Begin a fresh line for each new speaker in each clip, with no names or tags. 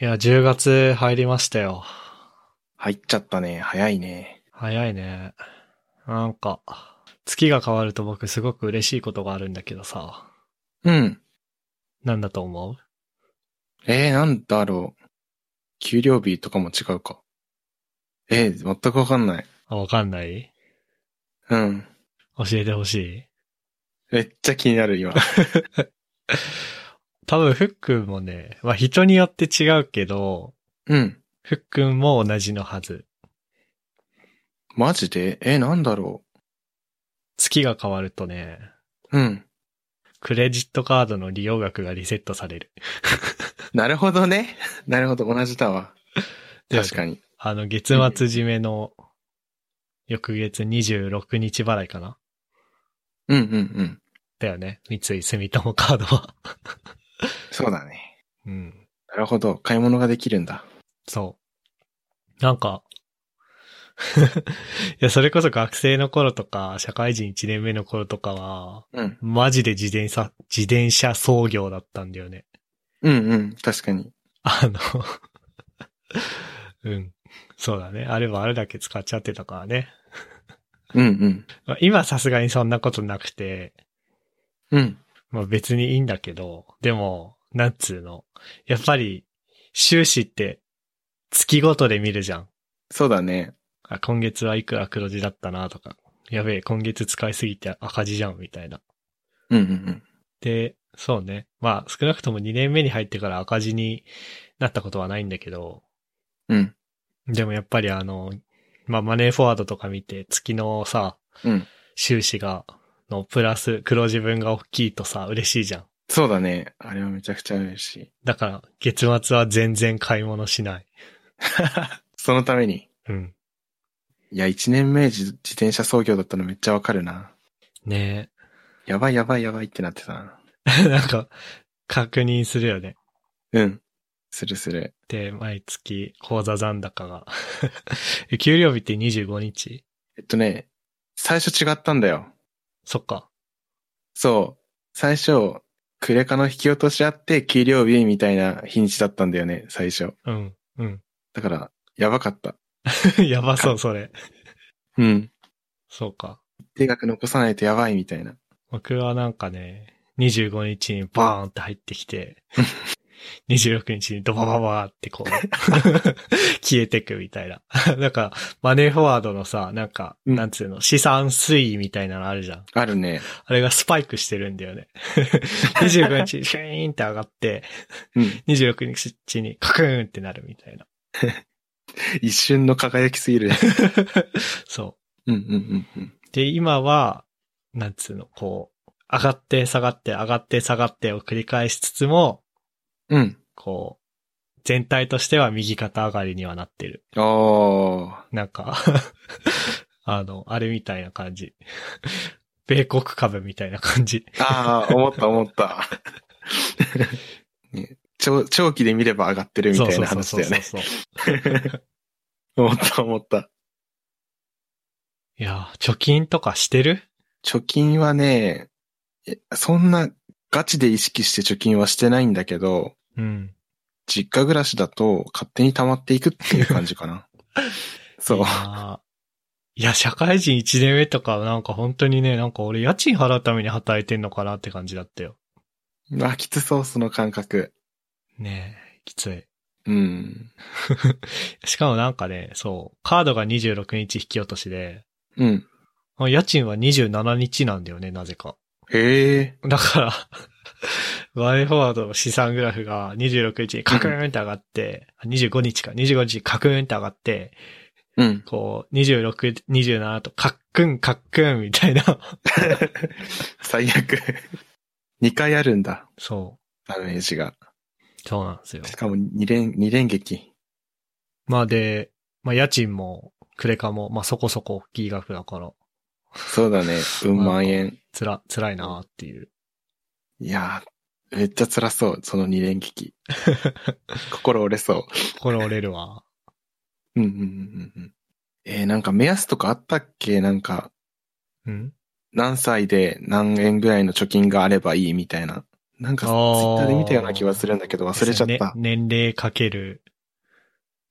いや、10月入りましたよ。
入っちゃったね。早いね。
早いね。なんか、月が変わると僕すごく嬉しいことがあるんだけどさ。
うん。
なんだと思う
えー、なんだろう。給料日とかも違うか。えー、全くわかんない。
あ、わかんない
うん。
教えてほしい
めっちゃ気になる、今。
多分、ふっくんもね、まあ人によって違うけど、
うん。
ふっくんも同じのはず。
マジでえー、なんだろ
月が変わるとね、
う。うん。
クレジットカードの利用額がリセットされる。
なるほどね。 なるほど、同じだわ。確かに。
あの、月末締めの、翌月26日払いかな
うんうんうん。
だよね。三井住友カードは。
そうだね。
うん。
なるほど。買い物ができるんだ。
そう。なんか、 いや、それこそ学生の頃とか、社会人1年目の頃とかは、
うん。
マジで自転車、自転車操業だったんだよね。
うんうん。確かに。
あの、うん。そうだね。あればあれだけ使っちゃってたからね。
うんうん。
まあ今さすがにそんなことなくて、
うん。
まあ別にいいんだけど、でも、なんつうの。やっぱり、収支って、月ごとで見るじゃん。
そうだね。
あ、今月はいくら黒字だったなとか。やべえ、今月使いすぎて赤字じゃん、みたいな。
うんうんうん。
で、そうね。まあ、少なくとも2年目に入ってから赤字になったことはないんだけど、
うん。
でもやっぱりあの、まあ、マネーフォワードとか見て、月のさ、
うん。
収支が、のプラス黒字分が大きいとさ、嬉しいじゃん。
そうだね。あれはめちゃくちゃ嬉しい。
だから、月末は全然買い物しない。
そのために。
うん。
いや、一年目自自転車操業だったのめっちゃわかるな。
ね
やばいやばいやばいってなってたな。
え。なんか、確認するよね。
うん。するする。
で、毎月、口座残高が。 え給料日って25日
えっとね、最初違ったんだよ。
そっか。
そう。最初、クレカの引き落としあって、給料日みたいな日にちだったんだよね、最初。
うん、うん。
だから、やばかった。
やばそう、それ。
うん。
そうか。
定額残さないとやばいみたいな。
僕はなんかね、25日にバーンって入ってきて、26日にドバババーってこう、 消えてくみたいな。 なんか、マネーフォワードのさ、なんか、
うん
なんつうの、資産推移みたいなのあるじゃん。
あるね。
あれがスパイクしてるんだよね。25日、シューンって上がって、
うん。
26日にカクーンってなるみたいな。
一瞬の輝きすぎる。
そ
うんうんうんうん。
う。で、今は、なんつうの、こう、上がって下がって上がって下がってを繰り返しつつも、
うん。
こう、全体としては右肩上がりにはなってる。
おー。
なんか、 あの、あれみたいな感じ。米国株みたいな感じ。
ああ、思った思った。ね長長期で見れば上がってるみたいな話だよね。
そうそうそうそう。
思った思った。
いやー、貯金とかしてる
貯金はね、えそんなガチで意識して貯金はしてないんだけど、
うん。
実家暮らしだと勝手に溜まっていくっていう感じかな。 そう
いや。ー。いや、社会人1年目とか、なんか本当にね、なんか俺家賃払うために働いてんのかなって感じだったよ。
あ、きつそう、その感覚。
ねえ、きつい。
うん。
しかもなんかね、そう、カードが26日引き落としで、
うん。
家賃は27日なんだよね、なぜか。
へえ。
だから、 ワイフォワードの資産グラフが26日にカクーンって上がって、あ25日か、25日にカクーンって上がって、
うん。
こう、26、27とカックンカックンみたいな。
最悪。2回あるんだ、
そ
ダメージが。
う。そうなんですよ。
しかも2連、二連撃。
まあで、まあ家賃も、クレカも、まあそこそこ大きい額だから、
そうだね。うん、万円。
つら、辛いなっていう。
いやー、めっちゃ辛そう、その二 連撃。心折れそ
心折れるわ。
う。うんうんうんうん。えー、なんか目安とかあったっけなんか、
うん
何歳で何円ぐらいの貯金があればいいみたいな。なんか、ツ
あ
イ
ー
ッターで見たような気はするんだけど、忘れちゃった。
ね年齢かける、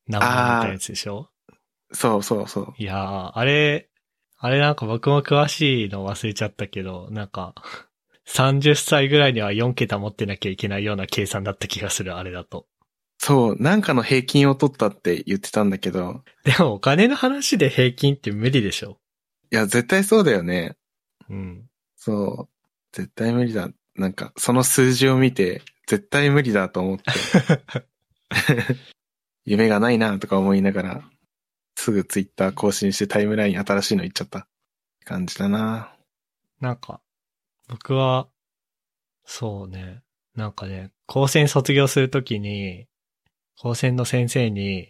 名前みたいなやつでしょ
そうそうそう。
いやー、あれ、あれなんか僕も詳しいの忘れちゃったけど、なんか、30歳ぐらいには4桁持ってなきゃいけないような計算だった気がする、あれだと。
そう、なんかの平均を取ったって言ってたんだけど、
でもお金の話で平均って無理でしょ
いや、絶対そうだよね。
うん。
そう。絶対無理だ。なんか、その数字を見て、絶対無理だと思って。 夢がないなとか思いながら、すぐツイッター更新してタイムライン新しいの行っちゃった感じだな
なんか、僕は、そうね、なんかね、高専卒業するときに、高専の先生に、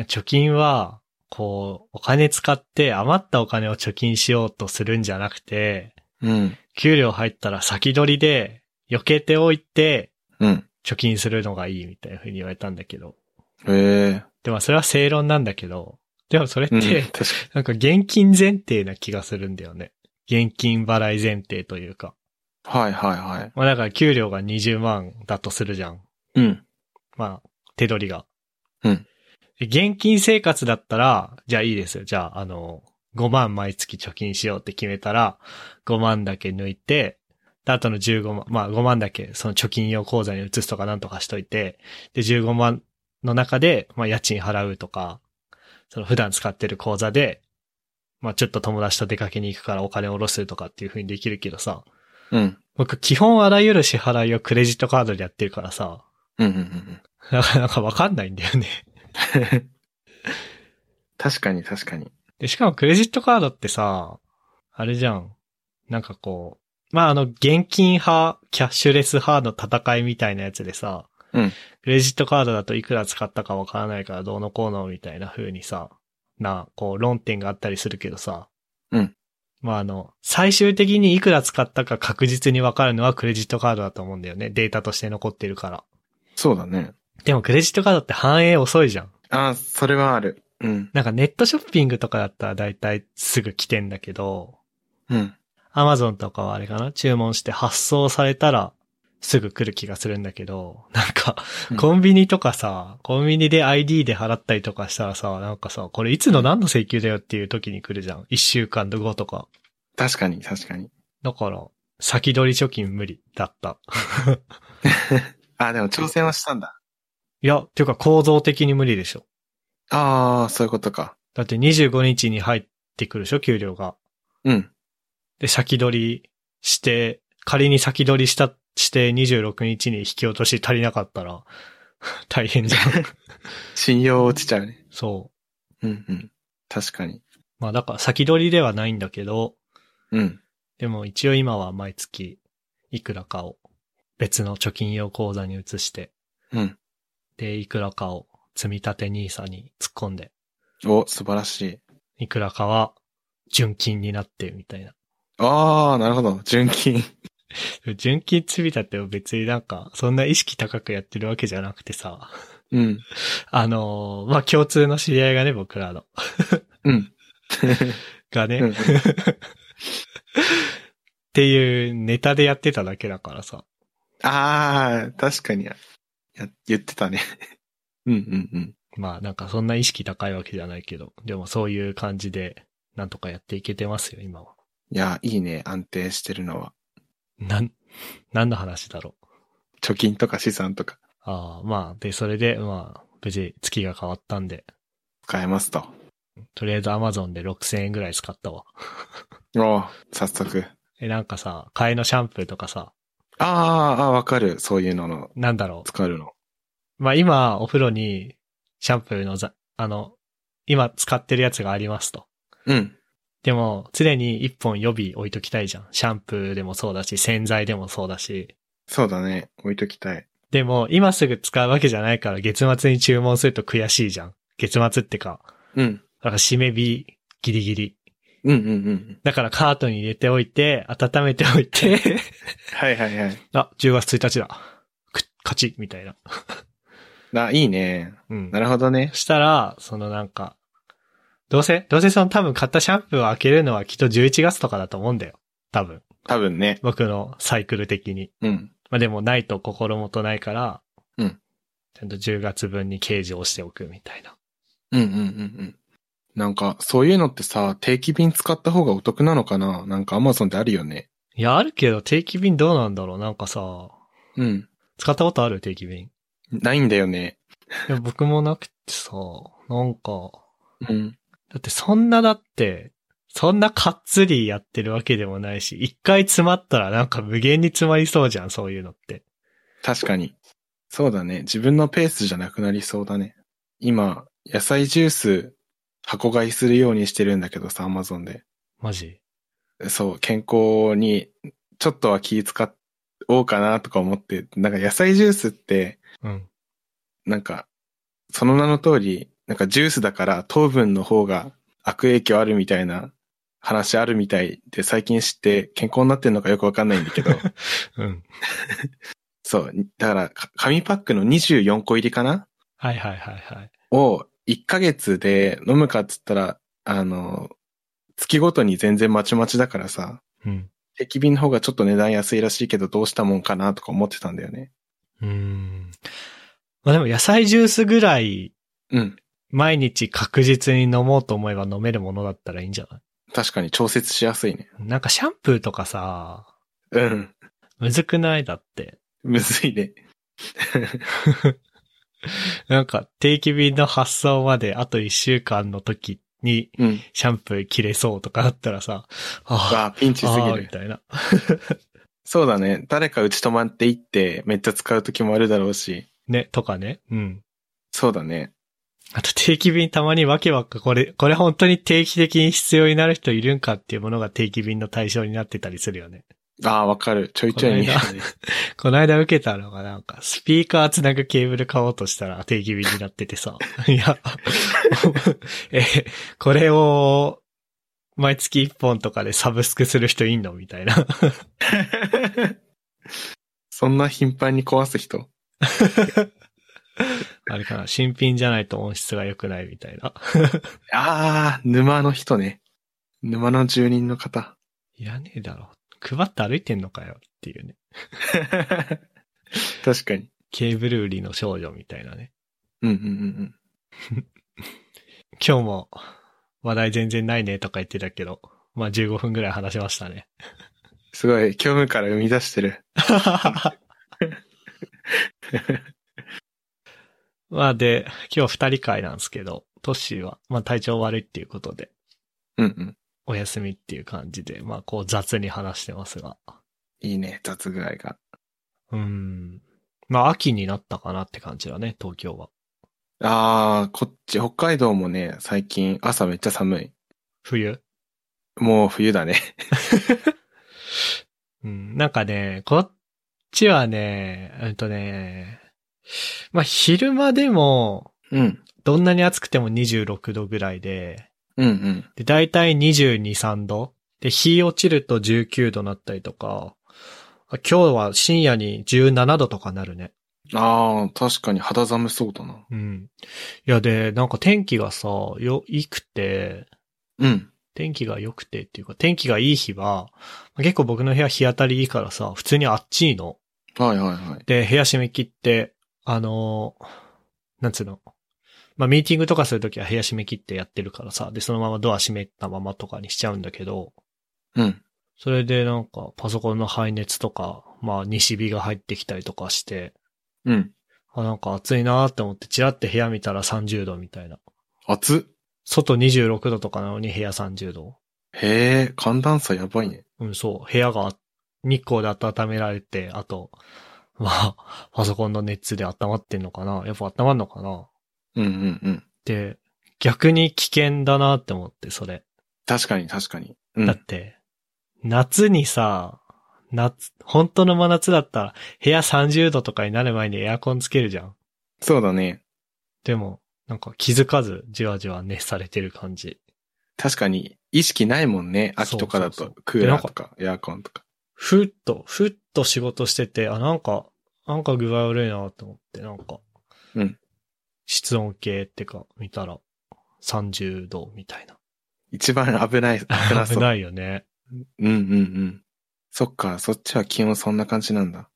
貯金は、こう、お金使って余ったお金を貯金しようとするんじゃなくて、
うん。
給料入ったら先取りで、避けておいて、
うん。
貯金するのがいいみたいな風に言われたんだけど。
へえ
でもそれは正論なんだけど、でもそれって、
うん、確か
なんか現金前提な気がするんだよね。現金払い前提というか。
に。はいはいはい。
まあだから給料が20万だとするじゃん。
うん。
まあ、手取りが。
うん
で。現金生活だったら、じゃあいいですよ。じゃあ、あの、5万毎月貯金しようって決めたら、5万だけ抜いて、であとの15万、まあ5万だけ、その貯金用口座に移すとかなんとかしといて、で、15万の中で、まあ家賃払うとか、その普段使ってる口座で、まあちょっと友達と出かけに行くからお金を下ろすとかっていう風にできるけどさ、
うん。
僕基本あらゆる支払いをクレジットカードでやってるからさ、
うんうんうんうん。
なかなかわかんないんだよね。
確かに確かに。
で、しかもクレジットカードってさ、あれじゃん。なんかこう、まあ、あの、現金派、キャッシュレス派の戦いみたいなやつでさ、
うん
クレジットカードだといくら使ったかわからないからどうのこうのみたいな風にさ、な、こう論点があったりするけどさ、
うん
まあ、あの、最終的にいくら使ったか確実にわかるのはクレジットカードだと思うんだよね。データとして残ってるから。
そうだね。
でもクレジットカードって反映遅いじゃん。
ああ、それはある。うん。
なんかネットショッピングとかだったら大体すぐ来てんだけど、
うん。
アマゾンとかはあれかな注文して発送されたらすぐ来る気がするんだけど、なんか
うん、
コンビニとかさ、コンビニで ID で払ったりとかしたらさ、なんかさ、これいつの何の請求だよっていう時に来るじゃん。一週間後とか。
確かに確かに。
だから、先取り貯金無理だった。
ああ、でも挑戦はしたんだ。
いや、ていうか構造的に無理でしょ。
ああ、そういうことか。
だって25日に入ってくるでしょ、給料が。
うん。
で、先取りして、仮に先取りした、して26日に引き落とし足りなかったら、 大変じゃ ん。
信用落ちちゃうね。
そう。
うんうん。確かに。
まあだから先取りではないんだけど、
うん。
でも一応今は毎月いくらかを別の貯金用口座に移して、
うん。
で、いくらかを積み立て NISA に突っ込んで、
お、素晴らしい。
いくらかは純金になってみたいな。
ああ、なるほど。純金。
純金積み立てを別になんかそんな意識高くやってるわけじゃなくてさ、
うん。
あのーまあ共通の知り合いがね、僕らの。
うん。
がね、
うん
っ、ていうネタでやってただけだからさ。
ああ、確かに。や、言ってたね。 うんうんうん。
まあなんかそんな意識高いわけじゃないけど、でもそういう感じで、なんとかやっていけてますよ、今は。
いや、いいね。安定してるのは。
なん、何の話だろう。
貯金とか資産とか
ああ、まあ、で、それで、まあ、無事月が変わったんで、
使えますと。
とりあえず Amazon で6000円ぐらい使ったわ。
おー早速。
え、なんかさ、替えのシャンプーとかさ、
ああ、あーわかる。そういうのの、
なんだろ
使えるの。
う。まあ今、お風呂に、シャンプーのざ、あの、今使ってるやつがありますと。
うん。
でも、常に一本予備置いときたいじゃん。シャンプーでもそうだし、洗剤でもそうだし。
そうだね。置いときたい。
でも、今すぐ使うわけじゃないから、月末に注文すると悔しいじゃん。月末ってか、
うん。
だから締め日、ギリギリ。
うんうんうん。
だからカートに入れておいて、温めておいて、
はいはいはい。
あ、10月1日だ。く勝ちみたいな。
あ、いいね。
うん
な。るほどね
そ。したら、そのなんか、どうせ、どうせその多分買ったシャンプーを開けるのはきっと11月とかだと思うんだよ。多分。
多分ね。
僕のサイクル的に。
うん。
まあでもないと心もとないから、
うん。
ちゃんと10月分に掲示をしておくみたいな。
うんうんうんうん。なんか、そういうのってさ、定期便使った方がお得なのかななんか Amazon ってあるよね。
いや、あるけど定期便どうなんだろうなんかさ、
うん。
使ったことある定期便。
ないんだよね。
いや、僕もなくてさ、なんか、
うん。
だってそんなだって、そんなかっつりやってるわけでもないし、一回詰まったらなんか無限に詰まりそうじゃん、そういうのって。
確かに。そうだね。自分のペースじゃなくなりそうだね。今、野菜ジュース、箱買いするようにしてるんだけどさ、Amazon で。
マジ
そう、健康に、ちょっとは気使おうかなとか思って、なんか野菜ジュースって、
うん。
なんか、その名の通り、なんかジュースだから糖分の方が悪影響あるみたいな話あるみたいで最近知って健康になってんのかよくわかんないんだけど、
うん。
そう、だからか紙パックの24個入りかな
はいはいはいはい。
を1ヶ月で飲むかっつったら、あの、月ごとに全然まちまちだからさ、
うん。
定期便の方がちょっと値段安いらしいけどどうしたもんかなとか思ってたんだよね。
うーん。まあでも野菜ジュースぐらい
うん。
毎日確実に飲もうと思えば飲めるものだったらいいんじゃない
確かに調節しやすいね。
なんかシャンプーとかさ、
うん。
むずくないだって。
むずいね。
なんか定期便の発送まであと一週間の時に
うん。
シャンプー切れそうとかだったらさ、あ
あー、ピンチ
あ、あ
すぎ
あ、
る
み。たいな。
そうだね。誰かうち泊まって行って、めっちゃ使う時もあるだろうし。
ね、とかね。うん。
そうだね。
あと定期便たまにわけわか、これ、これ本当に定期的に必要になる人いるんかっていうものが定期便の対象になってたりするよね。
ああ、わかる。ちょいちょい見える
この この間受けたのがなんか、スピーカーつなぐケーブル買おうとしたら定期便になっててさ。 いや、え、これを、毎月1本とかでサブスクする人いんのみたいな。
ね。 そんな頻繁に壊す人
あれかな、新品じゃないと音質が良くないみたいな。
ああ、沼の人ね。沼の住人の方。
いらねえだろ。配って歩いてんのかよっていうね。
確かに。
ケーブル売りの少女みたいなね。
うんうんうん
今日も話題全然ないねとか言ってたけど、まあ15分ぐらい話しましたね。
うん。すごい、虚無から生み出してる。
まあで、今日二人会なんですけど、トッシーは、まあ体調悪いっていうことで、
うんうん。
お休みっていう感じで、まあこう雑に話してますが。
いいね、雑具合が。
うん。まあ秋になったかなって感じだね、東京は。
ああ、こっち、北海道もね、最近朝めっちゃ寒い。
冬
もう冬だね。
うん、なんかね、こっちはね、うんとね、まあ昼間でも、
うん。
どんなに暑くても26度ぐらいで、
うんうん。
で、だいたい22、3度。で、日落ちると19度なったりとか、あ今日は深夜に17度とかなるね。
ああ、確かに肌寒そうだな。
うん。いや、で、なんか天気がさ、よ、いくて、
うん。
天気が良くてっていうか、天気がいい日は、結構僕の部屋日当たりいいからさ、普通にあっちいの。
はいはいはい。
で、部屋閉め切って、あのーなんつうの。まあ、ミーティングとかするときは部屋閉め切ってやってるからさ、で、そのままドア閉めたままとかにしちゃうんだけど、
うん。
それでなんかパソコンの排熱とか、まあ、西日が入ってきたりとかして、
うん。
あ、なんか暑いなーって思って、チラって部屋見たら30度みたいな。
暑っ
外26度とかなのに部屋30度。
へえ、寒暖差やばいね。
うん、そう。部屋が日光で温められて、あと、まあ、パソコンの熱で温まってんのかなやっぱ温まんのかな
うんうんうん。
で、逆に危険だなって思って、それ。
確かに確かに。う
だっ
ん。
て、夏にさ、夏、本当の真夏だったら、部屋30度とかになる前にエアコンつけるじゃん。
そうだね。
でも、なんか気づかず、じわじわ熱されてる感じ。
確かに、意識ないもんね。秋とかだ
そうそ
と
うそ。う
クーラーとか、エアコンとか。
ふっと、ふっと仕事してて、あ、なんか、なんか具合悪いなと思って、なんか。
うん
室温計ってか、見たら、30度みたいな。
一番危ない、危なそう。
危ないよね。
うんうんうん。そっか、そっちは気温そんな感じなんだ。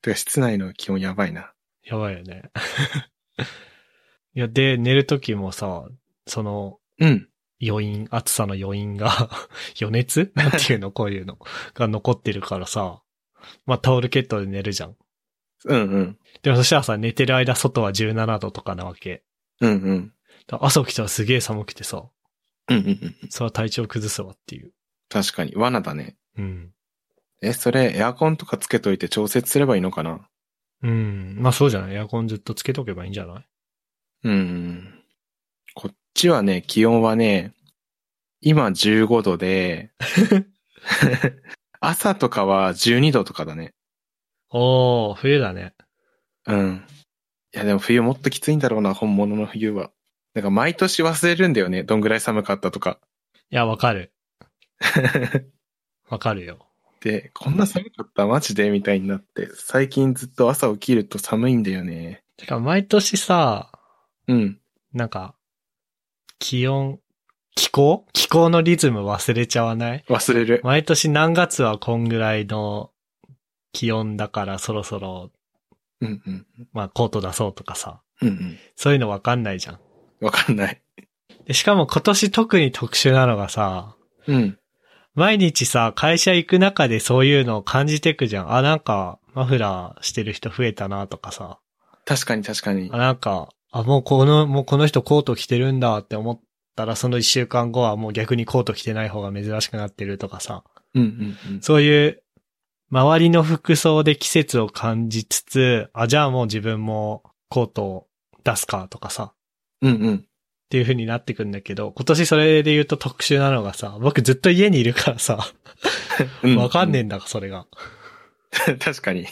てか、室内の気温やばいな。
やばいよね。 いや、で、寝るときもさ、その、
うん。
余韻、暑さの余韻が、 余熱 なんていうのこういうの。が残ってるからさ。まあ、タオルケットで寝るじゃん。
うんうん。
でもそしたらさ、寝てる間外は17度とかなわけ。
うんうん。
だから朝起きたらすげえ寒くてさ、
うんうんうん。
それは体調崩すわっていう。
確かに。罠だね。
うん。
え、それ、エアコンとかつけといて調節すればいいのかな
うん。まあそうじゃないエアコンずっとつけとけばいいんじゃない
うん。こっちはね、気温はね、今15 度で、朝とかは12度とかだね。
おー、冬だね。
うん。いや、でも冬もっときついんだろうな、本物の冬は。なんか毎年忘れるんだよね、どんぐらい寒かったとか。
いや、わかる。わかるよ。
で、こんな寒かったマジでみたいになって、最近ずっと朝起きると寒いんだよね。
てか、毎年さ、
うん。
なんか、気温、気候気候のリズム忘れちゃわない
忘れる。
毎年何月はこんぐらいの気温だからそろそろ、
うんうん。
まあコート出そうとかさ。
うんうん。
そういうのわかんないじゃん。
わかんない。
で、しかも今年特に特殊なのがさ、
うん。
毎日さ、会社行く中でそういうのを感じてくじゃん。あ、なんか、マフラーしてる人増えたなとかさ。
確かに確かに
あ、。なんか、あ、もうこの、もうこの人コート着てるんだって思ったら、その一週間後はもう逆にコート着てない方が珍しくなってるとかさ。
うんうんうん。
そういう、周りの服装で季節を感じつつ、あ、じゃあもう自分もコートを出すかとかさ。
うんうん。
っていう風になってくんだけど、今年それで言うと特殊なのがさ、僕ずっと家にいるからさ、
う
わかんねえんだか、それが。
確かに。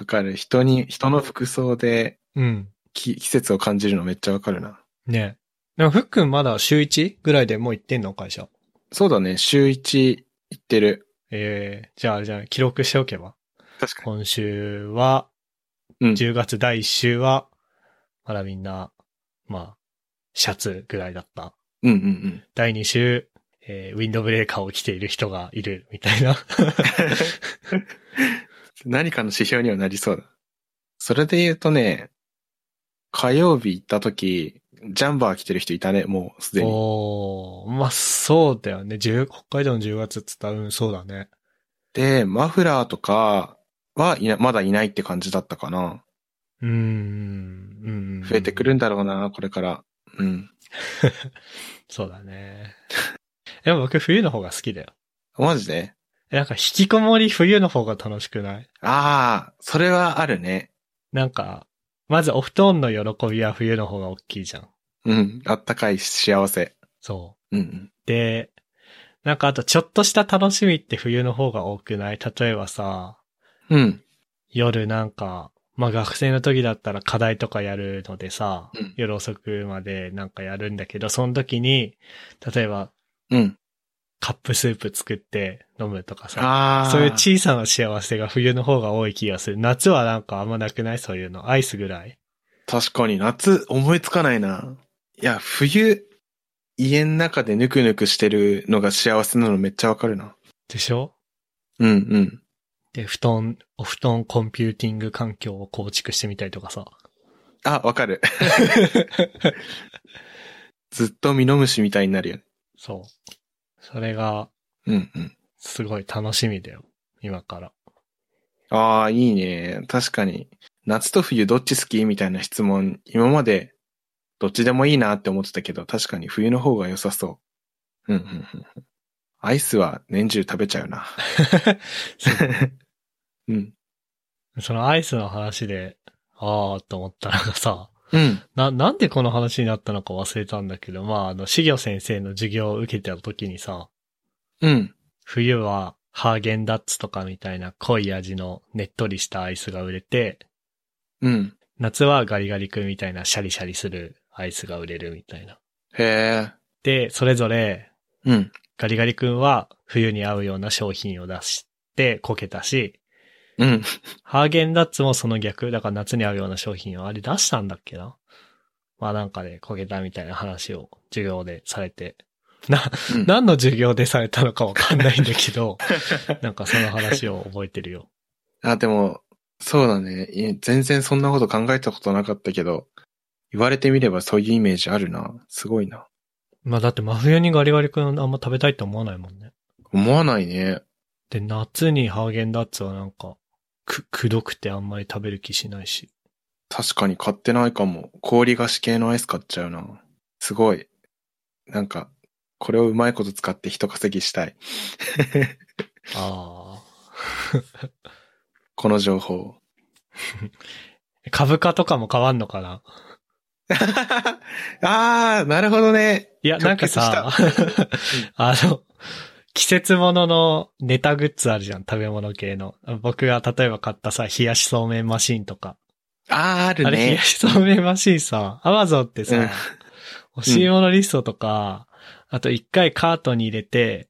わかる。人に、人の服装で
うん。
き季節を感じるのめっちゃわかるな。
ねでも、ふっくんまだ週 1? ぐらいでもう行ってんの会社。
そうだね。週一行ってる。
ええじゃあ、あれじゃあ、記録しておけば。
確か
今週は、
に。うん。
10月第1週は、まだみんな、まあ、シャツぐらいだった。
うんうんうん。
第2週、えーウィンドブレーカーを着ている人がいる、みたいな。
何かの指標にはなりそうだ。それで言うとね、火曜日行った時、ジャンバー着てる人いたね、もうすでに。
おー、まあ、そうだよね。10北海道の10月って言ったら、うん、そうだね。
で、マフラーとかはいな、まだいないって感じだったかな。
うーん、うん。
増えてくるんだろうな、これから。うん。
そうだね。 でも僕冬の方が好きだよ。
マジで
えなんか引きこもり冬の方が楽しくない
ああ、それはあるね。
なんか、まずお布団の喜びは冬の方が大きいじゃん。
うん。あったかい幸せ。
そ
うんうん。
う。で、なんかあとちょっとした楽しみって冬の方が多くない例えばさ、
うん。
夜なんか、まあ学生の時だったら課題とかやるのでさ、
うん
夜遅くまでなんかやるんだけど、その時に、例えば
うん。
カップスープ作って飲むとかさ、
ああ。
そういう小さな幸せが冬の方が多い気がする。夏はなんかあんまなくないそういうの。アイスぐらい。
確かに夏思いつかないな。いや、冬、家の中でぬくぬくしてるのが幸せなのめっちゃわかるな。
でしょ
うんうん。
で、布団、お布団コンピューティング環境を構築してみたりとかさ。
あ、わかる。ずっとミノムシみたいになるよね。
そう。それが、
うんうん。
すごい楽しみだよ。今から。
ああ、いいね。確かに。夏と冬どっち好きみたいな質問、今までどっちでもいいなって思ってたけど、確かに冬の方が良さそう。うんうんうんうん。アイスは年中食べちゃうな。うん。
そのアイスの話で、あーと思ったのがさ、
うん。
な、なんでこの話になったのか忘れたんだけど、まあ、あの、しぎょ先生の授業を受けてた時にさ、
うん。
冬はハーゲンダッツとかみたいな濃い味のねっとりしたアイスが売れて、
うん。
夏はガリガリ君みたいなシャリシャリするアイスが売れるみたいな。
へえ。
で、それぞれ
うん。
ガリガリ君は冬に合うような商品を出してこけたし、
うん。
ハーゲンダッツもその逆、だから夏に合うような商品をあれ出したんだっけなまあなんかで、こけたみたいな話を授業でされて、な、
うん
何の授業でされた のかわかんないんだけど、なんかその話を覚えてるよ。
あ、でも、そうだね。い全然そんなこと考えたことなかったけど、言われてみればそういうイメージあるな。すごいな。
まあだって真冬にガリガリ君あんま食べたいって思わないもんね。
思わないね。
で、夏にハーゲンダッツはなんか、く、くどくてあんまり食べる気しないし。
確かに買ってないかも。氷菓子系のアイス買っちゃうな。すごい。なんか、これをうまいこと使って人稼ぎしたい。
あ
この情報。
あ。株価とかも変わんのかな
あ あ、なるほどね。
いや、なんかさ
直、
あの、季節物のネタグッズあるじゃん、食べ物系の。僕が例えば買ったさ、冷やしそうめんマシンとか。
ああ、ある
あれ、冷
ね
や。しそうめんマシンさ、アマゾンってさ、
うん
欲しいものリストとか、あと一回カートに入れて、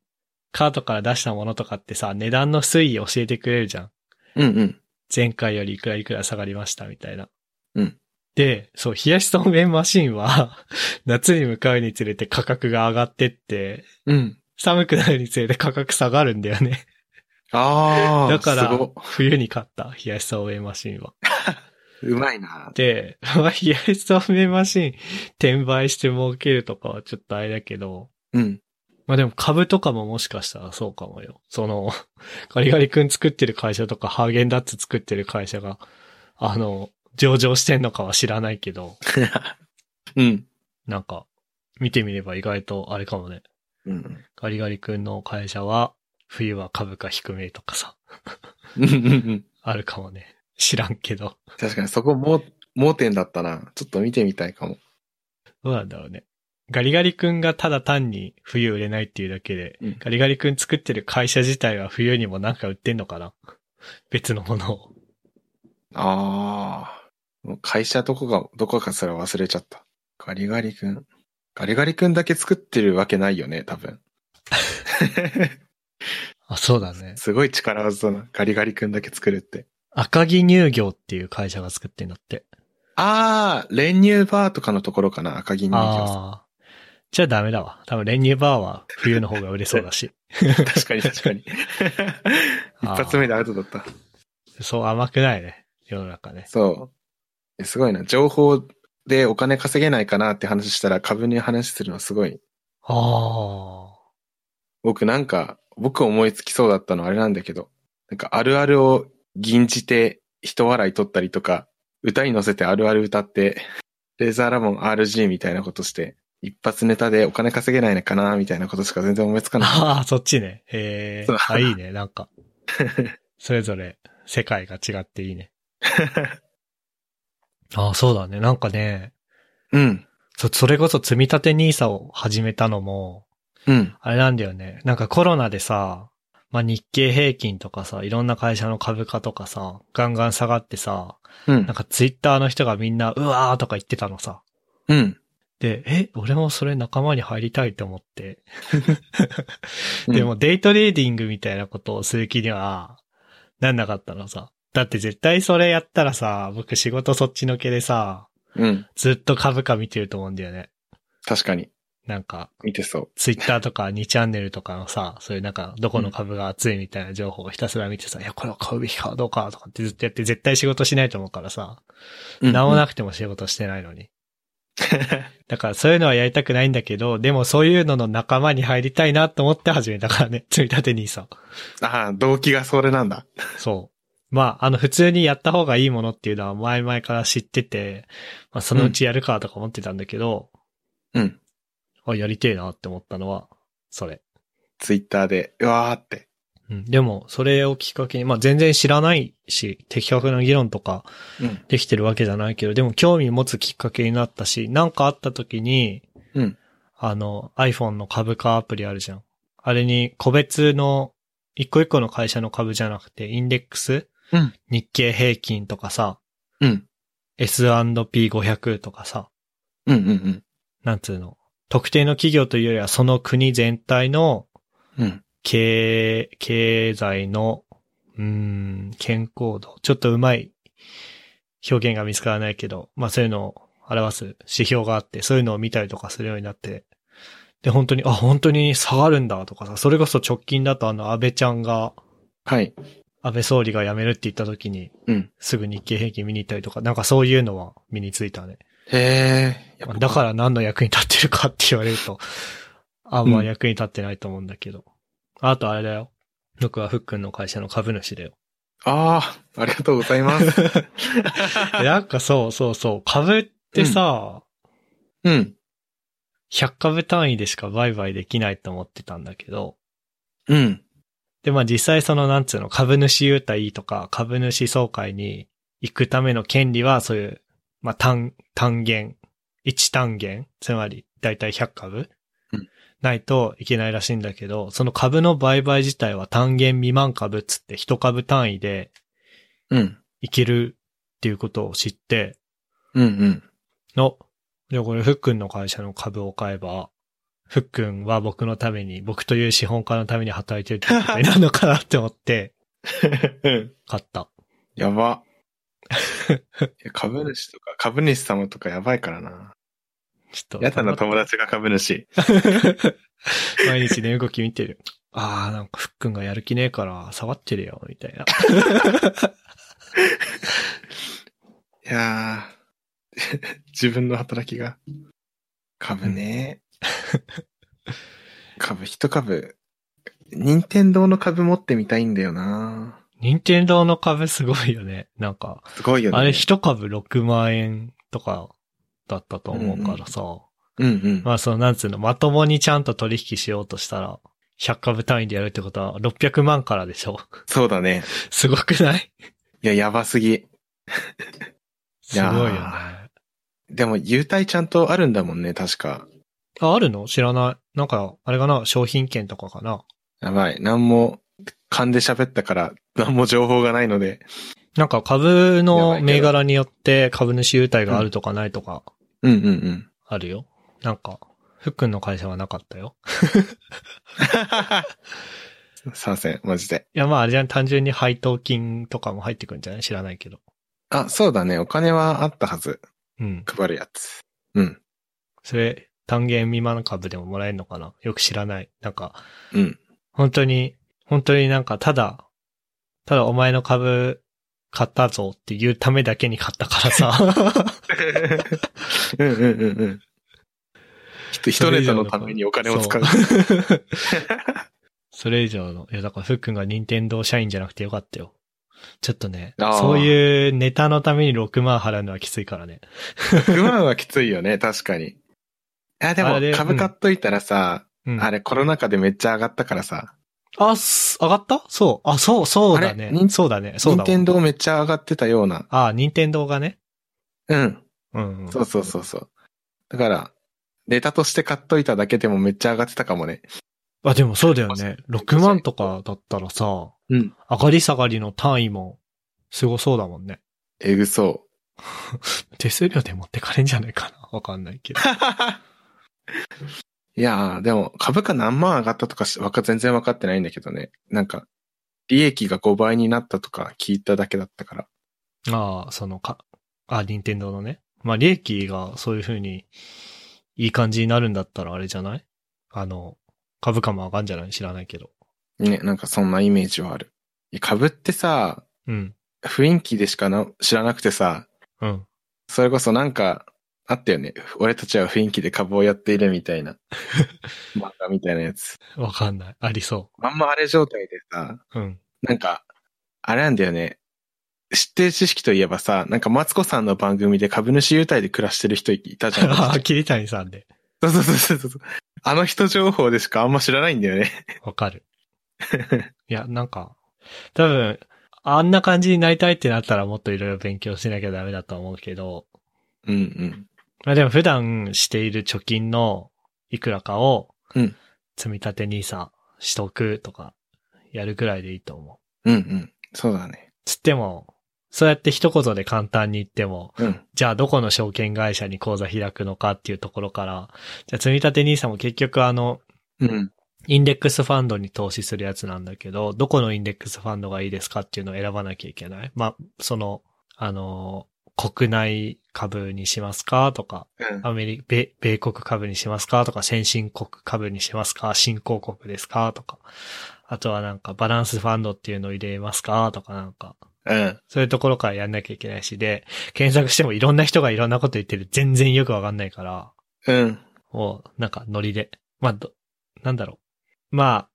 カートから出したものとかってさ、値段の推移教えてくれるじゃん。
うんうん。
前回よりいくらいくら下がりましたみたいな。
うん。
で、そう、冷やしそうめんマシンは、 夏に向かうにつれて価格が上がってって、
うん。
寒くなるにつれて価格下がるんだよね。
ああ、
だか
す
ら
ご、
冬に買った、冷やしそうめんマシンは。
うまいな。
で、まあ、冷やしそうめんマシン転売して儲けるとかはちょっとあれだけど、
うん。
まあでも株とかももしかしたらそうかもよ。その、 ガリガリ君作ってる会社とか、ハーゲンダッツ作ってる会社が、あの、上場してんのかは知らないけど、
うん。
なんか、見てみれば意外とあれかもね。
うん。
ガリガリ君の会社は、冬は株価低めとかさ、
うんうんうん
あるかもね。知らんけど。
確かにそこも、盲点だったな。ちょっと見てみたいかも。
どうなんだろうね。ガリガリ君がただ単に冬売れないっていうだけで、
うん
ガリガリ君作ってる会社自体は冬にもなんか売ってんのかな 別のものを。
ああ。もう会社どこが、どこかすら忘れちゃった。ガリガリ君。ガリガリ君だけ作ってるわけないよね、多分。
あ、そうだね。
すごい力技だな。ガリガリ君だけ作るって。
赤木乳業っていう会社が作ってんだって。
ああ、練乳バーとかのところかな、赤木人形さん。
ああ。じゃあダメだわ。多分練乳バーは冬の方が売れそうだ し。
確かに確かに。一発目でアウトだった。
そう甘くないね。世の中ね。
そうえ。すごいな。情報でお金稼げないかなって話したら株に話するのすごい。
あ
僕なんか、僕思いつきそうだったのあれなんだけど、なんかあるあるを吟じて人笑い取ったりとか、歌に乗せてあるある歌って、レーザーラモン RG みたいなことして、一発ネタでお金稼げないのかなみたいなことしか全然思いつか
あ。
ない。
ああ、そっちね。へえ
そう。
あ、いいね。なん か。それぞれ世界が違っていいね。 ああ、そうだね。なんかね、
うん。
そ、それこそ積み立て NISA を始めたのも、
うん。
あれなんだよね。なんかコロナでさ、まあ、日経平均とかさ、いろんな会社の株価とかさ、ガンガン下がってさ、
うん
なん。かツイッターの人がみんな、うわーとか言ってたのさ。
うん。
で、え、俺もそれ仲間に入りたいと思って。でもデイトレーディングみたいなことをする気には、なんなかったのさ。だって絶対それやったらさ、僕仕事そっちのけでさ、
うん、うん。
ずっと株価見てると思うんだよね。
確かに。
なんか、
見てそう。
ツイッターとか2チャンネルとかのさ、そういうなんか、どこの株が熱いみたいな情報をひたすら見てさ、いや、これを買うべきかどうかとかってずっとやって、絶対仕事しないと思うからさ、なおなくても仕事してないのに。だからそういうのはやりたくないんだけど、でもそういうのの仲間に入りたいなと思って始めたからね、積み立てにさ。
ああ、動機がそれなんだ。
そう。まあ、あの、普通にやった方がいいものっていうのは前々から知ってて、まあ、そのうちやるかとか思ってたんだけど、
うん。
あ、やりてえなって思ったのは、それ。
ツイッターで、うわーって。
うん、でも、それをきっかけに、まあ全然知らないし、的確な議論とか
うん。
できてるわけじゃないけど、でも興味持つきっかけになったし、なんかあった時に、
うん。
あの、iPhone の株価アプリあるじゃん。あれに個別の、一個一個の会社の株じゃなくて、インデックス、
うん
日経平均とかさ、
うん。
S&P500 とかさ、
うんうん
なんつうの、特定の企業というよりはその国全体の
うん。うん。
経、経済の、うーん、健康度。ちょっとうまい表現が見つからないけど、まあそういうのを表す指標があって、そういうのを見たりとかするようになって、で、本当に、あ、本当に下がるんだとかさ、それこそ直近だとあの、安倍ちゃんが、
はい。
安倍総理が辞めるって言った時に、
うん
すぐ日経平均見に行ったりとか、なんかそういうのは身についたね。
へえ。やっぱ
だから何の役に立ってるかって言われると、あんま役に立ってないと思うんだけど。あとあれだよ。僕はふっくんの会社の株主だよ。
ああ、ありがとうございます。
でなんかそうそうそう、株ってさ、
うん。
100株単位でしか売買できないと思ってたんだけど、
うん。
で、まあ実際そのなんつうの、株主優待とか株主総会に行くための権利はそういう、まあ単、単元、一単元、つまりだいたい100株、
うん
ないといけないらしいんだけど、その株の売買自体は単元未満株っつって一株単位で
うん。
いけるっていうことを知って、
うん。うん。
の、で、これ、ふっくんの会社の株を買えば、ふっくんは僕のために、僕という資本家のために働いてるってことになるのかなって思って、
うん。
買った。
やば。いや株主とか、株主様とかやばいからな。
ちょっと。
やだな、友達が株主。
毎日ね、動き見てる。 あー、なんか、ふっくんがやる気ねえから、下がってるよ、みた いな。
いやー 自分の働きが。株ね。 株、一株。任天堂の株持ってみたいんだよな。
任天堂の株すごいよね。なんか、
すごいよね。
あれ一株6万円とかだったと思うからさ。
うんうん。
まあ、その、なんつうの、まともにちゃんと取引しようとしたら、100株単位でやるってことは600万からでしょ。
そうだね。
すごくない
いや、やばすぎ。
すごいよね
い。でも、優待ちゃんとあるんだもんね、確か。
あ、あるの知らない。なんか、あれかな商品券とかかな
やばい。何も、勘で喋ったから、何も情報がないので。
なんか株
やばい
の
けど
銘柄によって株主優待があるとかないとか
うんうんうん。
あるよ。なんか、ふっくんの会社はなかったよ。
参戦、マジで。
いや、まああれじゃん、単純に配当金とかも入ってくんじゃない知らないけど。
あ、そうだね。お金はあったはず。
うん。
配るやつ。うん。
それ、単元未満株でももらえるのかなよく知らない。なんか、
うん。
本当に、本当になんか、ただ、ただお前の株買ったぞっていうためだけに買ったから さ。
うんうんうんうん。きっと一ネタのためにお金を使う。
そう。それ以上の。いや、だから、ふっくんが任天堂社員じゃなくてよかったよ。ちょっとね、
あー
そういうネタのために6万払うのはきついからね。
不満はきついよね、確かに。あ、で
あれ
も、株買っといたらさ、
うん。
あれコロナ禍でめっちゃ上がったからさ、
あ、す上がったそう。あ、そう、そうだ
あ
ね
れ任。
そうだね。そう
任
だわ
天堂めっちゃ上がってたような。
あ、任天堂がね。
うん。
うん、うん。
そうそうそうそう。だから、ネタとして買っといただけでもめっちゃ上がってたかもね。
あ、でもそうだよね。6万とかだったらさ、
うん。
上がり下がりの単位も、すごそうだもんね。
えぐそう。
手数料で持ってかれんじゃないかな。 わかんないけど。
いやー、でも株価何万上がったとかしわか全然分かってないんだけどね。なんか、利益が5倍になったとか聞いただけだったから。
ああ、そのか、あ、任天堂のね。まあ、利益がそういう風に、いい感じになるんだったらあれじゃないあの、株価も上がんじゃない知らないけど。
ね、なんかそんなイメージはある。いや株ってさ、
うん、
雰囲気でしかな知らなくてさ、
うん。
それこそなんか、あったよね。俺たちは雰囲気で株をやっているみた いな。漫画みたいなやつ。
わかんない。ありそ
あんまあれ状態でさ、
う。うん。
なんか、あれなんだよね。知ってる知識といえばさ、なんかマツコさんの番組で株主優待で暮らしてる人いたじゃ
あ
ん
あ、。桐谷さんで。
そうそうそうそうそう。あの人情報でしかあんま知らないんだよね。
わかる。いや、なんか、多分、あんな感じになりたいってなったらもっといろいろ勉強しなきゃダメだと思うけど、
うんうん。
まあでも普段している貯金のいくらかを
うん、
積み立て NISA しとくとか、やるくらいでいいと思う。
うんうん。そうだね。
つっても、そうやって一言で簡単に言っても、
うん。
じゃあどこの証券会社に口座開くのかっていうところから、じゃあ積み立て NISA も結局あの、
うん。
インデックスファンドに投資するやつなんだけど、どこのインデックスファンドがいいですかっていうのを選ばなきゃいけない。まあ、その、あのー、国内株にしますかとか、
うん。
アメリ、米、米国株にしますかとか、先進国株にしますか新興国ですかとか、あとはなんかバランスファンドっていうのを入れますかとかなんか、
うん。
そういうところからやんなきゃいけないし、で、検索してもいろんな人がいろんなこと言ってる。全然よくわかんないから、
うん。
もう、なんかノリで。まあ、ど、なんだろう。ま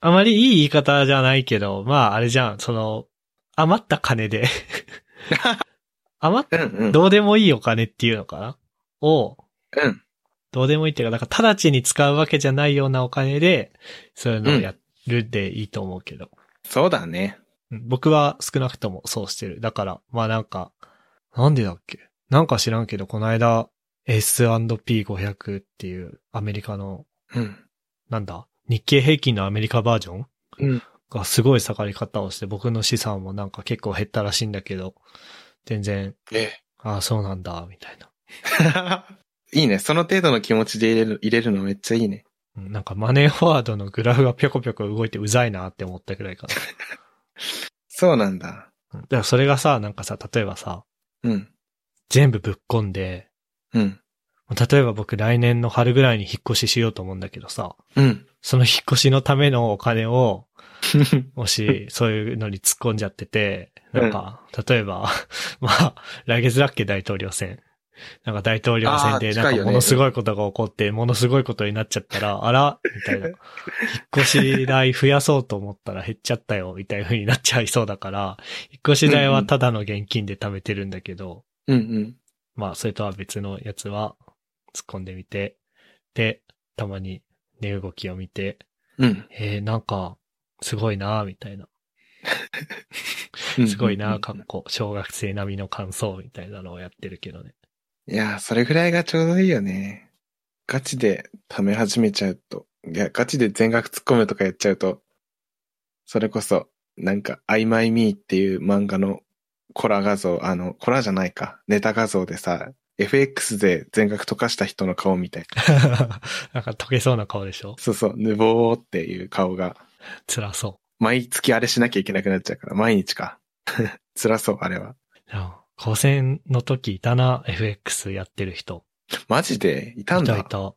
あ、あまりいい言い方じゃないけど、まあ、あれじゃん、その、余った金 で。余っ
うん。うん。
どうでもいいお金っていうのかなを、
うん。
どうでもいいっていうか、なんか直ちに使うわけじゃないようなお金で、そういうのをやるでいいと思うけど。
そうだね。
うん僕は少なくともそうしてる。だから、まあなんか、なんでだっけなんか知らんけど、この間、S&P500 っていうアメリカの、
うん。
なんだ日経平均のアメリカバージョン
うん。
がすごい下がり方をして、僕の資産もなんか結構減ったらしいんだけど、全然、
え
ああ、そうなんだ、みたいな。
え。いいね。その程度の気持ちで入れる、入れるのめっちゃいいね。
うんなんかマネーフォワードのグラフがぴょこぴょこ動いてうざいなって思ったくらいかな。
そうなんだ。
うんだからそれがさ、なんかさ、例えばさ、
うん。
全部ぶっ込んで、
うん。
例えば僕来年の春ぐらいに引っ越ししようと思うんだけどさ、
うん。
その引っ越しのためのお金を、もし、そういうのに突っ込んじゃってて、なんか、例えば、 まあ、来月だっけ大統領選。なんか大統領選
あー
で、
近
ない
よね
んかものすごいことが起こって、ものすごいことになっちゃったら、あらみたいな。引っ越し代増やそうと思ったら減っちゃったよ、みたいな風になっちゃいそうだから、引っ越し代はただの現金で貯めてるんだけど、
うんうん。
まあ、それとは別のやつは突っ込んでみて、で、たまに値動きを見て、
うん。
えー、なんか、すごいなみたいな。
うん
すごいな
うん
かっこ、小学生並みの感想みたいなのをやってるけどね。
いやー、それぐらいがちょうどいいよね。ガチで貯め始めちゃうと、いや、ガチで全額突っ込むとかやっちゃうと、それこそ、なんか、曖昧ミーっていう漫画のコラ画像、あの、コラじゃないか、ネタ画像でさ、FX で全額溶かした人の顔みたい。
なんか溶けそうな顔でしょ
そうそう、ぬぼーっていう顔が、
辛そ
毎月あれしなきゃいけなくなっちゃうから、毎日か。 辛そう、あれは。
う。でも高専の時いたな、FX やってる人。
マジでいたん
い
だ。
たいた。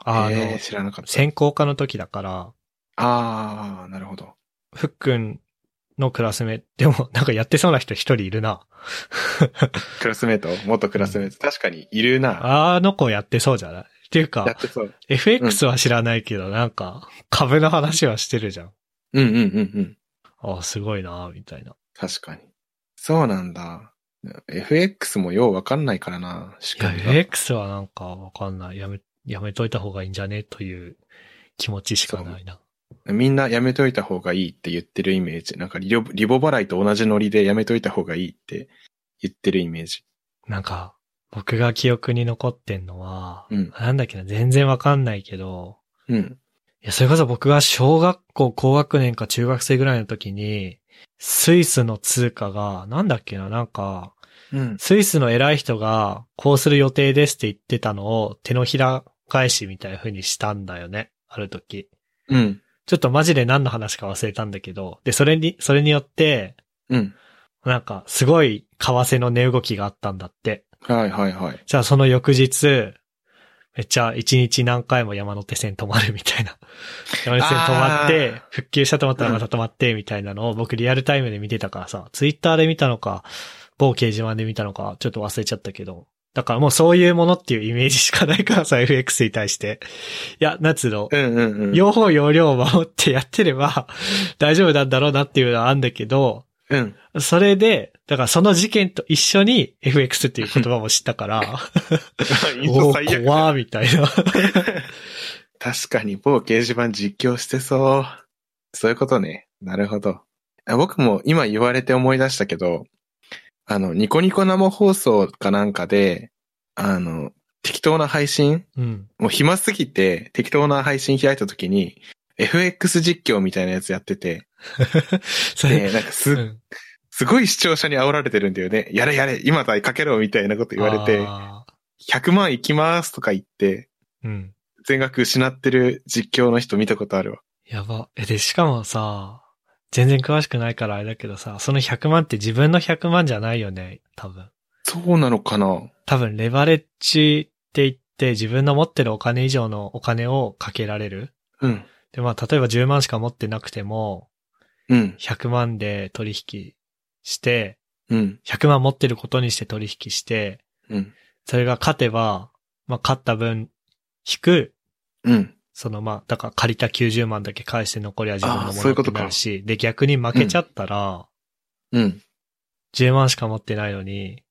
あ
えー
の、
知らなかった。
専攻科の時だから、
あー、なるほど。
ふっくんのクラスメ、でもなんかやってそうな人一人いるな。
クラスメイト元クラスメイト、確かにいるな。
あの子やってそうじゃないっていう
や
か
っ、てそう。
FX は知らないけど、なんか、株の話はしてるじゃん。
うんうんうんうん。
ああ、すごいな、みたいな。
確かに。そうなんだ。FX もようわかんないからな。し
いや、
か
FX はなんかわかんない。やめ、やめといた方がいいんじゃねという気持ちしかないな。
みんなやめといた方がいいって言ってるイメージ。なんかリボリボ払いと同じノリでやめといた方がいいって言ってるイメージ。
なんか、僕が記憶に残ってんのは、
うん
なんだっけな、全然わかんないけど、
うん。
いや、それこそ僕が小学校高学年か中学生ぐらいの時に、スイスの通貨が、なんだっけな、なんか、
うん。
スイスの偉い人が、こうする予定ですって言ってたのを、手のひら返しみたいな風にしたんだよね。ある時。
うん。
ちょっとマジで何の話か忘れたんだけど、で、それに、それによって、
うん。
なんか、すごい、為替の値動きがあったんだって。
はいはいはい。
じゃあ、その翌日、めっちゃ一日何回も山手線止まるみたい な。山手線止まって
あー、
復旧したと思ったらまた止まって、みたいなのを僕リアルタイムで見てたからさ、ツイッターで見たのか、某掲示板で見たのか、ちょっと忘れちゃったけど。だからもうそういうものっていうイメージしかないからさ、FX に対して。いや、夏の、
うんうんうん。
両方容量を守ってやってれば 大丈夫なんだろうなっていうのはあるんだけど、
うん。
それで、だからその事件と一緒に FX っていう言葉も知ったから、
印
お
象
お
最悪
ー、怖ーみたいな。
確かに某掲示板実況してそう。そういうことね。なるほど。あ僕も今言われて思い出したけど、あの、ニコニコ生放送かなんかで、あの、適当な配信
うん。
もう暇すぎて適当な配信開いた時に、FX 実況みたいなやつやってて、
それ、
で、なんか
う
す、
ん
すごい視聴者に煽られてるんだよね。やれやれ、今だいかけろみたいなこと言われて、
あ
100万いきますとか言って、
ーうん。
全額失ってる実況の人見たことあるわ。
やば。え、で、しかもさ、全然詳しくないからあれだけどさ、その100万って自分の100万じゃないよね、多分。
そうなのかな
多分レバレッジって言って自分の持ってるお金以上のお金をかけられる。
うん。
で、まあ例えば10万しか持ってなくても、
うん。
100万で取引して、
うん。
100万持ってることにして取引して、
うん。
それが勝てば、まあ勝った分、引く、
うん。
そのまあ、だから借りた90万だけ返して残りは自分の
あー
も
そう
の
いうこ
に
とか
なるし、で逆に負けちゃったら、
うん。
10万しか持ってないのに、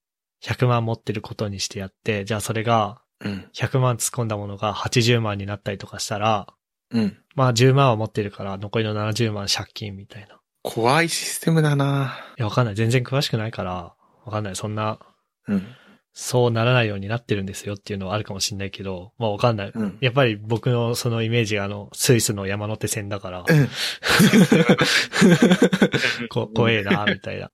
100万持ってることにしてやって、じゃあそれが
うん。
100万突っ込んだものが80万になったりとかしたら、
うん。
まあ10万は持ってるから残りの70万借金みたいな。い
怖いシステムだな
や、わかんない。全然詳しくないから、わかんない。そんな、
うん。
そうならないようになってるんですよっていうのはあるかもしれないけど、まあわかんない。
うん。
やっぱり僕のそのイメージがあの、スイスの山手線だから、
うん。
こ怖えな、みた いな。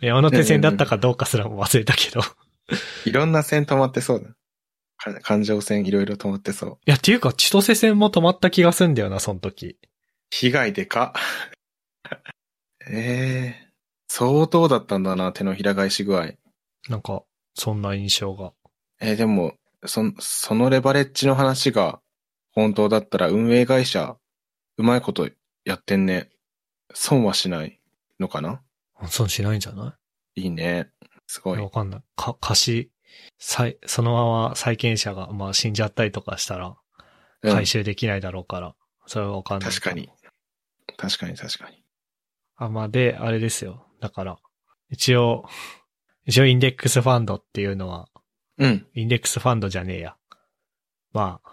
山手線だったかどうかすらも忘れたけど。い
いろんな線止まってそうだ。か環状線いろいろ止まってそう。
や、っていうか、千歳線も止まった気がすんだよな、その時。
被害でか。 ええ相当だったんだな、手のひら返し具合。
なんか、そんな印象が。
えーでも、そん、そのレバレッジの話が本当だったら運営会社、うまいことやってんね。損はしないのかな
損しないんじゃない
いいね。す
い
ご
や
い
わ。かんない。か、貸し、再、そのまま債権者が、まあ死んじゃったりとかしたら、
うん
回収できないだろうから、それはわかんない。
確かに。。確かに確かに。
あ、まあで、あれですよ。だから、一応、一応インデックスファンドっていうのは、
うん。
インデックスファンドじゃねえや。まあ、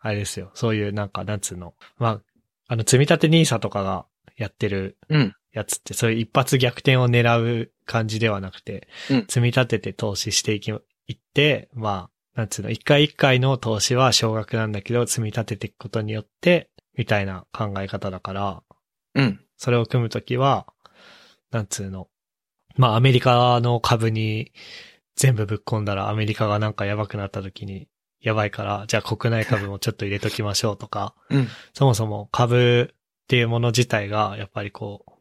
あれですよ。そういうなんか、なんつうの。まあ、あの、積み立て NISA とかがやってる
うん。
やつって、そういう一発逆転を狙う感じではなくて、
うん
積み立てて投資していき、いって、まあ、なんつうの、一回一回の投資は少額なんだけど、積み立てていくことによって、みたいな考え方だから、
うん。
それを組むときは、なんつうの。まあ、アメリカの株に全部ぶっ込んだらアメリカがなんかやばくなったときに、やばいから、じゃあ国内株もちょっと入れときましょうとか、
うん。
そもそも株っていうもの自体が、やっぱりこう、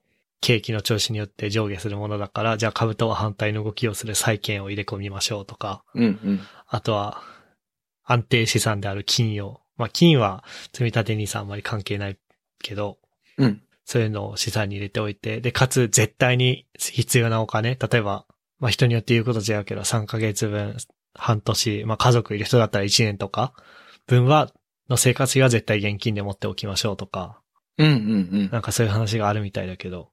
景気の調子によって上下するものだから、じゃあ株とは反対の動きをする債券を入れ込みましょうとか、
うん。うん。
あとは、安定資産である金を。まあ、金は積み立て NISA あんまり関係ないけど、
うん。
そういうのを資産に入れておいて、で、かつ絶対に必要なお金、例えば、まあ人によって言うこと違うけど、3ヶ月分、半年、まあ家族いる人だったら1年とか、分は、の生活費は絶対現金で持っておきましょうとか、
うん。うん。
なんかそういう話があるみたいだけど、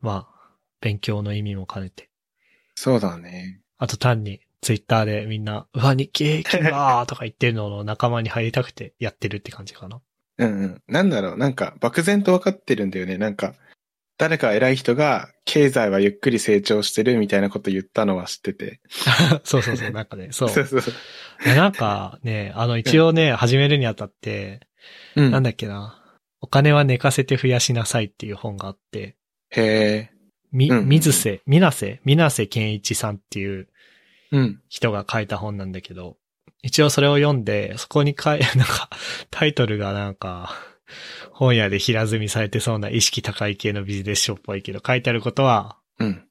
まあ、勉強の意味も兼ねて。
そうだね。
あと単に、ツイッターでみんな、うわ、日経平均だーとか言ってるのの仲間に入りたくてやってるって感じかな。
うんうん。なんだろう、なんか、漠然と分かってるんだよね。なんか、誰か偉い人が、経済はゆっくり成長してるみたいなこと言ったのは知ってて。
そうそうそう、なんかね、 そう。
そうそうそう。
いやなんかね、あの一応ね、始めるにあたって、
うん。
なんだっけな。お金は寝かせて増やしなさいっていう本があって、
へえ。
み、
うん
水瀬、みなせ、みなせ健一さんっていう
うん。
人が書いた本なんだけど、一応それを読んで、そこに書い、 なんか、タイトルがなんか、本屋で平積みされてそうな意識高い系のビジネス書っぽいけど、書いてあることは
うん。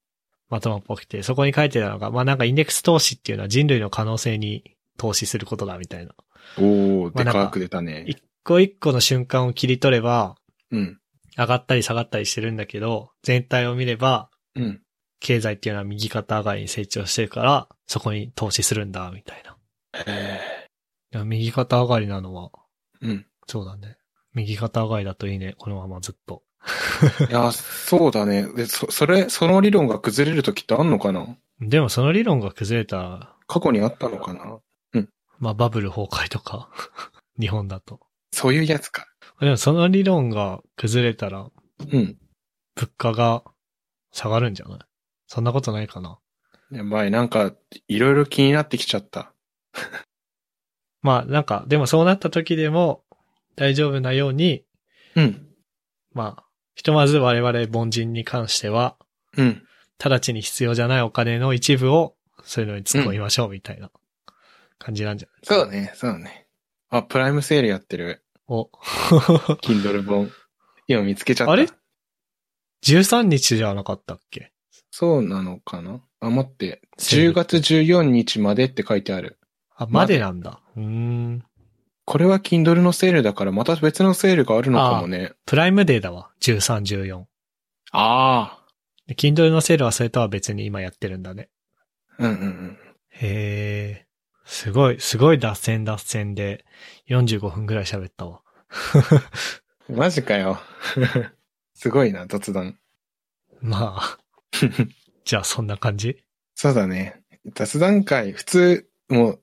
まともっぽくて、そこに書いてたのが、まあなんかインデックス投資っていうのは人類の可能性に投資することだみたいな。
おー、
まあ
で
なんか
かく出たね。
一個一個の瞬間を切り取れば、
うん。
上がったり下がったりしてるんだけど、全体を見れば、
うん。
経済っていうのは右肩上がりに成長してるから、そこに投資するんだ、みたいな。い
へえ。
や右肩上がりなのは、
うん。
そうだね。右肩上がりだといいね、このままずっと。
いや、そうだね。で、そ、それ、その理論が崩れる時ってあんのかな
でもその理論が崩れたら、
過去にあったのかな
まあバブル崩壊とか、 日本だと。
そういうやつか。
でもその理論が崩れたら、
うん。
物価が下がるんじゃないそんなことないかな。
やばい、なんか、いろいろ気になってきちゃった。
まあなんか、でもそうなった時でも大丈夫なように、
うん。
まあ、ひとまず我々凡人に関しては、
うん。
直ちに必要じゃないお金の一部を、そういうのに突っ込みましょうみたいな感じなんじゃないですか。
そうね、そうね。あ、プライムセールやってる。
お、
Kindle 本。今見つけちゃった。
あれ ?13 日じゃなかったっけ
そうなのかなあ、待って。
セー
10
ル
月14日までって書いてある。
あ、までなんだ。うーん。
これは Kindle のセールだからまた別のセールがあるのかもね。
プライムデーだわ。13、14。
あ
で Kindle のセールはそれとは別に今やってるんだね。
あ。うんうんうん。
へえ。すごい、すごい脱線脱線で45分ぐらい喋ったわ。
マジかよ。 すごいな、雑談。
まあ、 じゃあそんな感じ
そうだね。雑談会、普通、もう、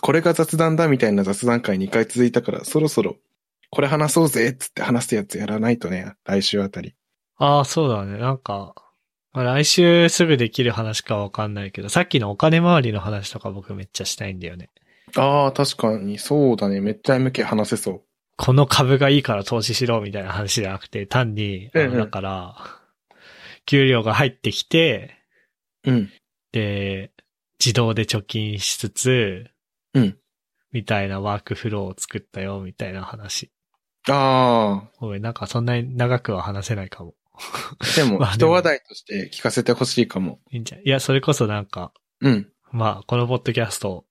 これが雑談だみたいな雑談会2回続いたから、そろそろ、これ話そうぜっつって話すやつやらないとね、来週あたり。
ああ、そうだね。なんか、まあ来週すぐできる話かわかんないけど、さっきのお金回りの話とか僕めっちゃしたいんだよね。
ああ、確かに、そうだね。めっちゃ向け話せそう。
この株がいいから投資しろみたいな話じゃなくて、単に、あ
うんう
の
ん
だから、給料が入ってきて、
うん。
で、自動で貯金しつつ、
うん
みたいなワークフローを作ったよ、みたいな話。
あ
ごめん、なんかそんなに長くは話せないかも。
あ、で も、
まあでも
一話題として聞かせてほしいかも。
いいんじゃんいや、それこそなんか、
うん。
まあ、このポッドキャスト、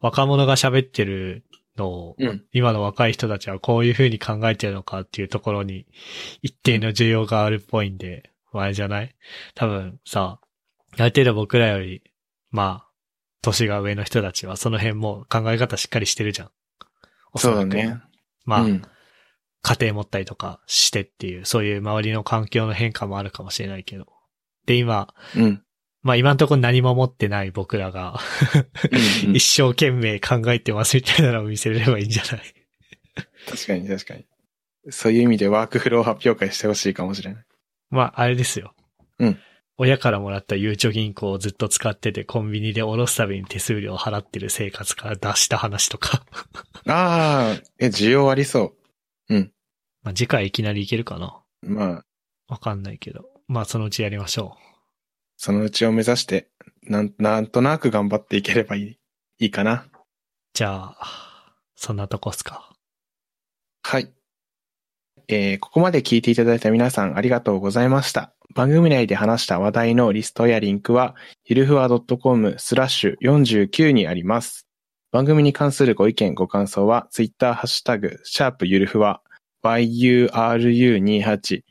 若者が喋ってるのを、
うん。
今の若い人たちはこういう風に考えてるのかっていうところに一定の需要があるっぽいんで、あれじゃない多分さ、ある程度僕らより、まあ、年が上の人たちはその辺も考え方しっかりしてるじゃん。お
そ
ら
う
く
だね。。
まあ、
うん。
家庭持ったりとかしてっていう、そういう周りの環境の変化もあるかもしれないけど。で、今、
うん。うん
まあ今のところ何も持ってない僕らが、
うん
一生懸命考えてますみたいなのを見せればいいんじゃない
確かに確かに。そういう意味でワークフロー発表会してほしいかもしれない。
まあ、あれですよ。
うん。
親からもらったゆうちょ銀行をずっと使ってて、コンビニでおろすたびに手数料を払ってる生活から出した話とか。
ああ、え、需要ありそ
まあ、次回いきなりいけるかな
う。まあ、
わかんないけど。まあ、そのうちやりましょ
そのうちを目指して、なん、なんとなく頑張っていければいい、いいかな。
う。じゃあ、そんなとこっすか。
はい。えーここまで聞いていただいた皆さんありがとうございました。番組内で話した話題のリストやリンクは、ゆるふわ .com スラッシュ49にあります。番組に関するご意見、ご感想は、ツイッターハッシュタグ、シャープゆるふわ、yuru28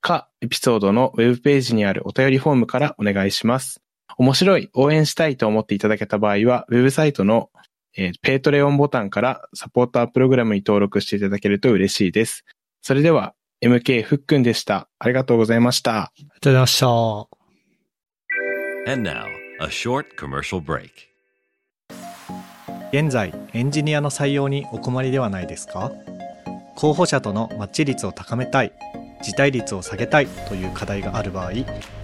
か、エピソードのウェブページにあるお便りフォームからお願いします。面白い、応援したいと思っていただけた場合は、ウェブサイトのえーペイトレオンボタンからサポータープログラムに登録していただけると嬉しいです。それでは、MK ふっくんでした。ありがとうございました。
ありがとうございました。
And now, a short commercial break.
現在エンジニアの採用にお困りではないですか候補者とのマッチ率を高めたい辞退率を下げたいという課題がある場合ポ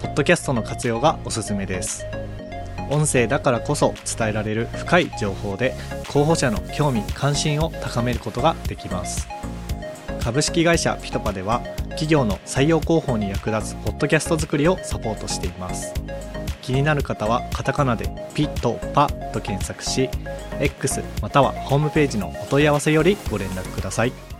ッドキャストの活用がおすすめです音声だからこそ伝えられる深い情報で候補者の興味関心を高めることができます株式会社ピトパでは企業の採用広報に役立つポッドキャスト作りをサポートしています気になる方はカタカナでピトパと検索し X またはホームページのお問い合わせよりご連絡ください。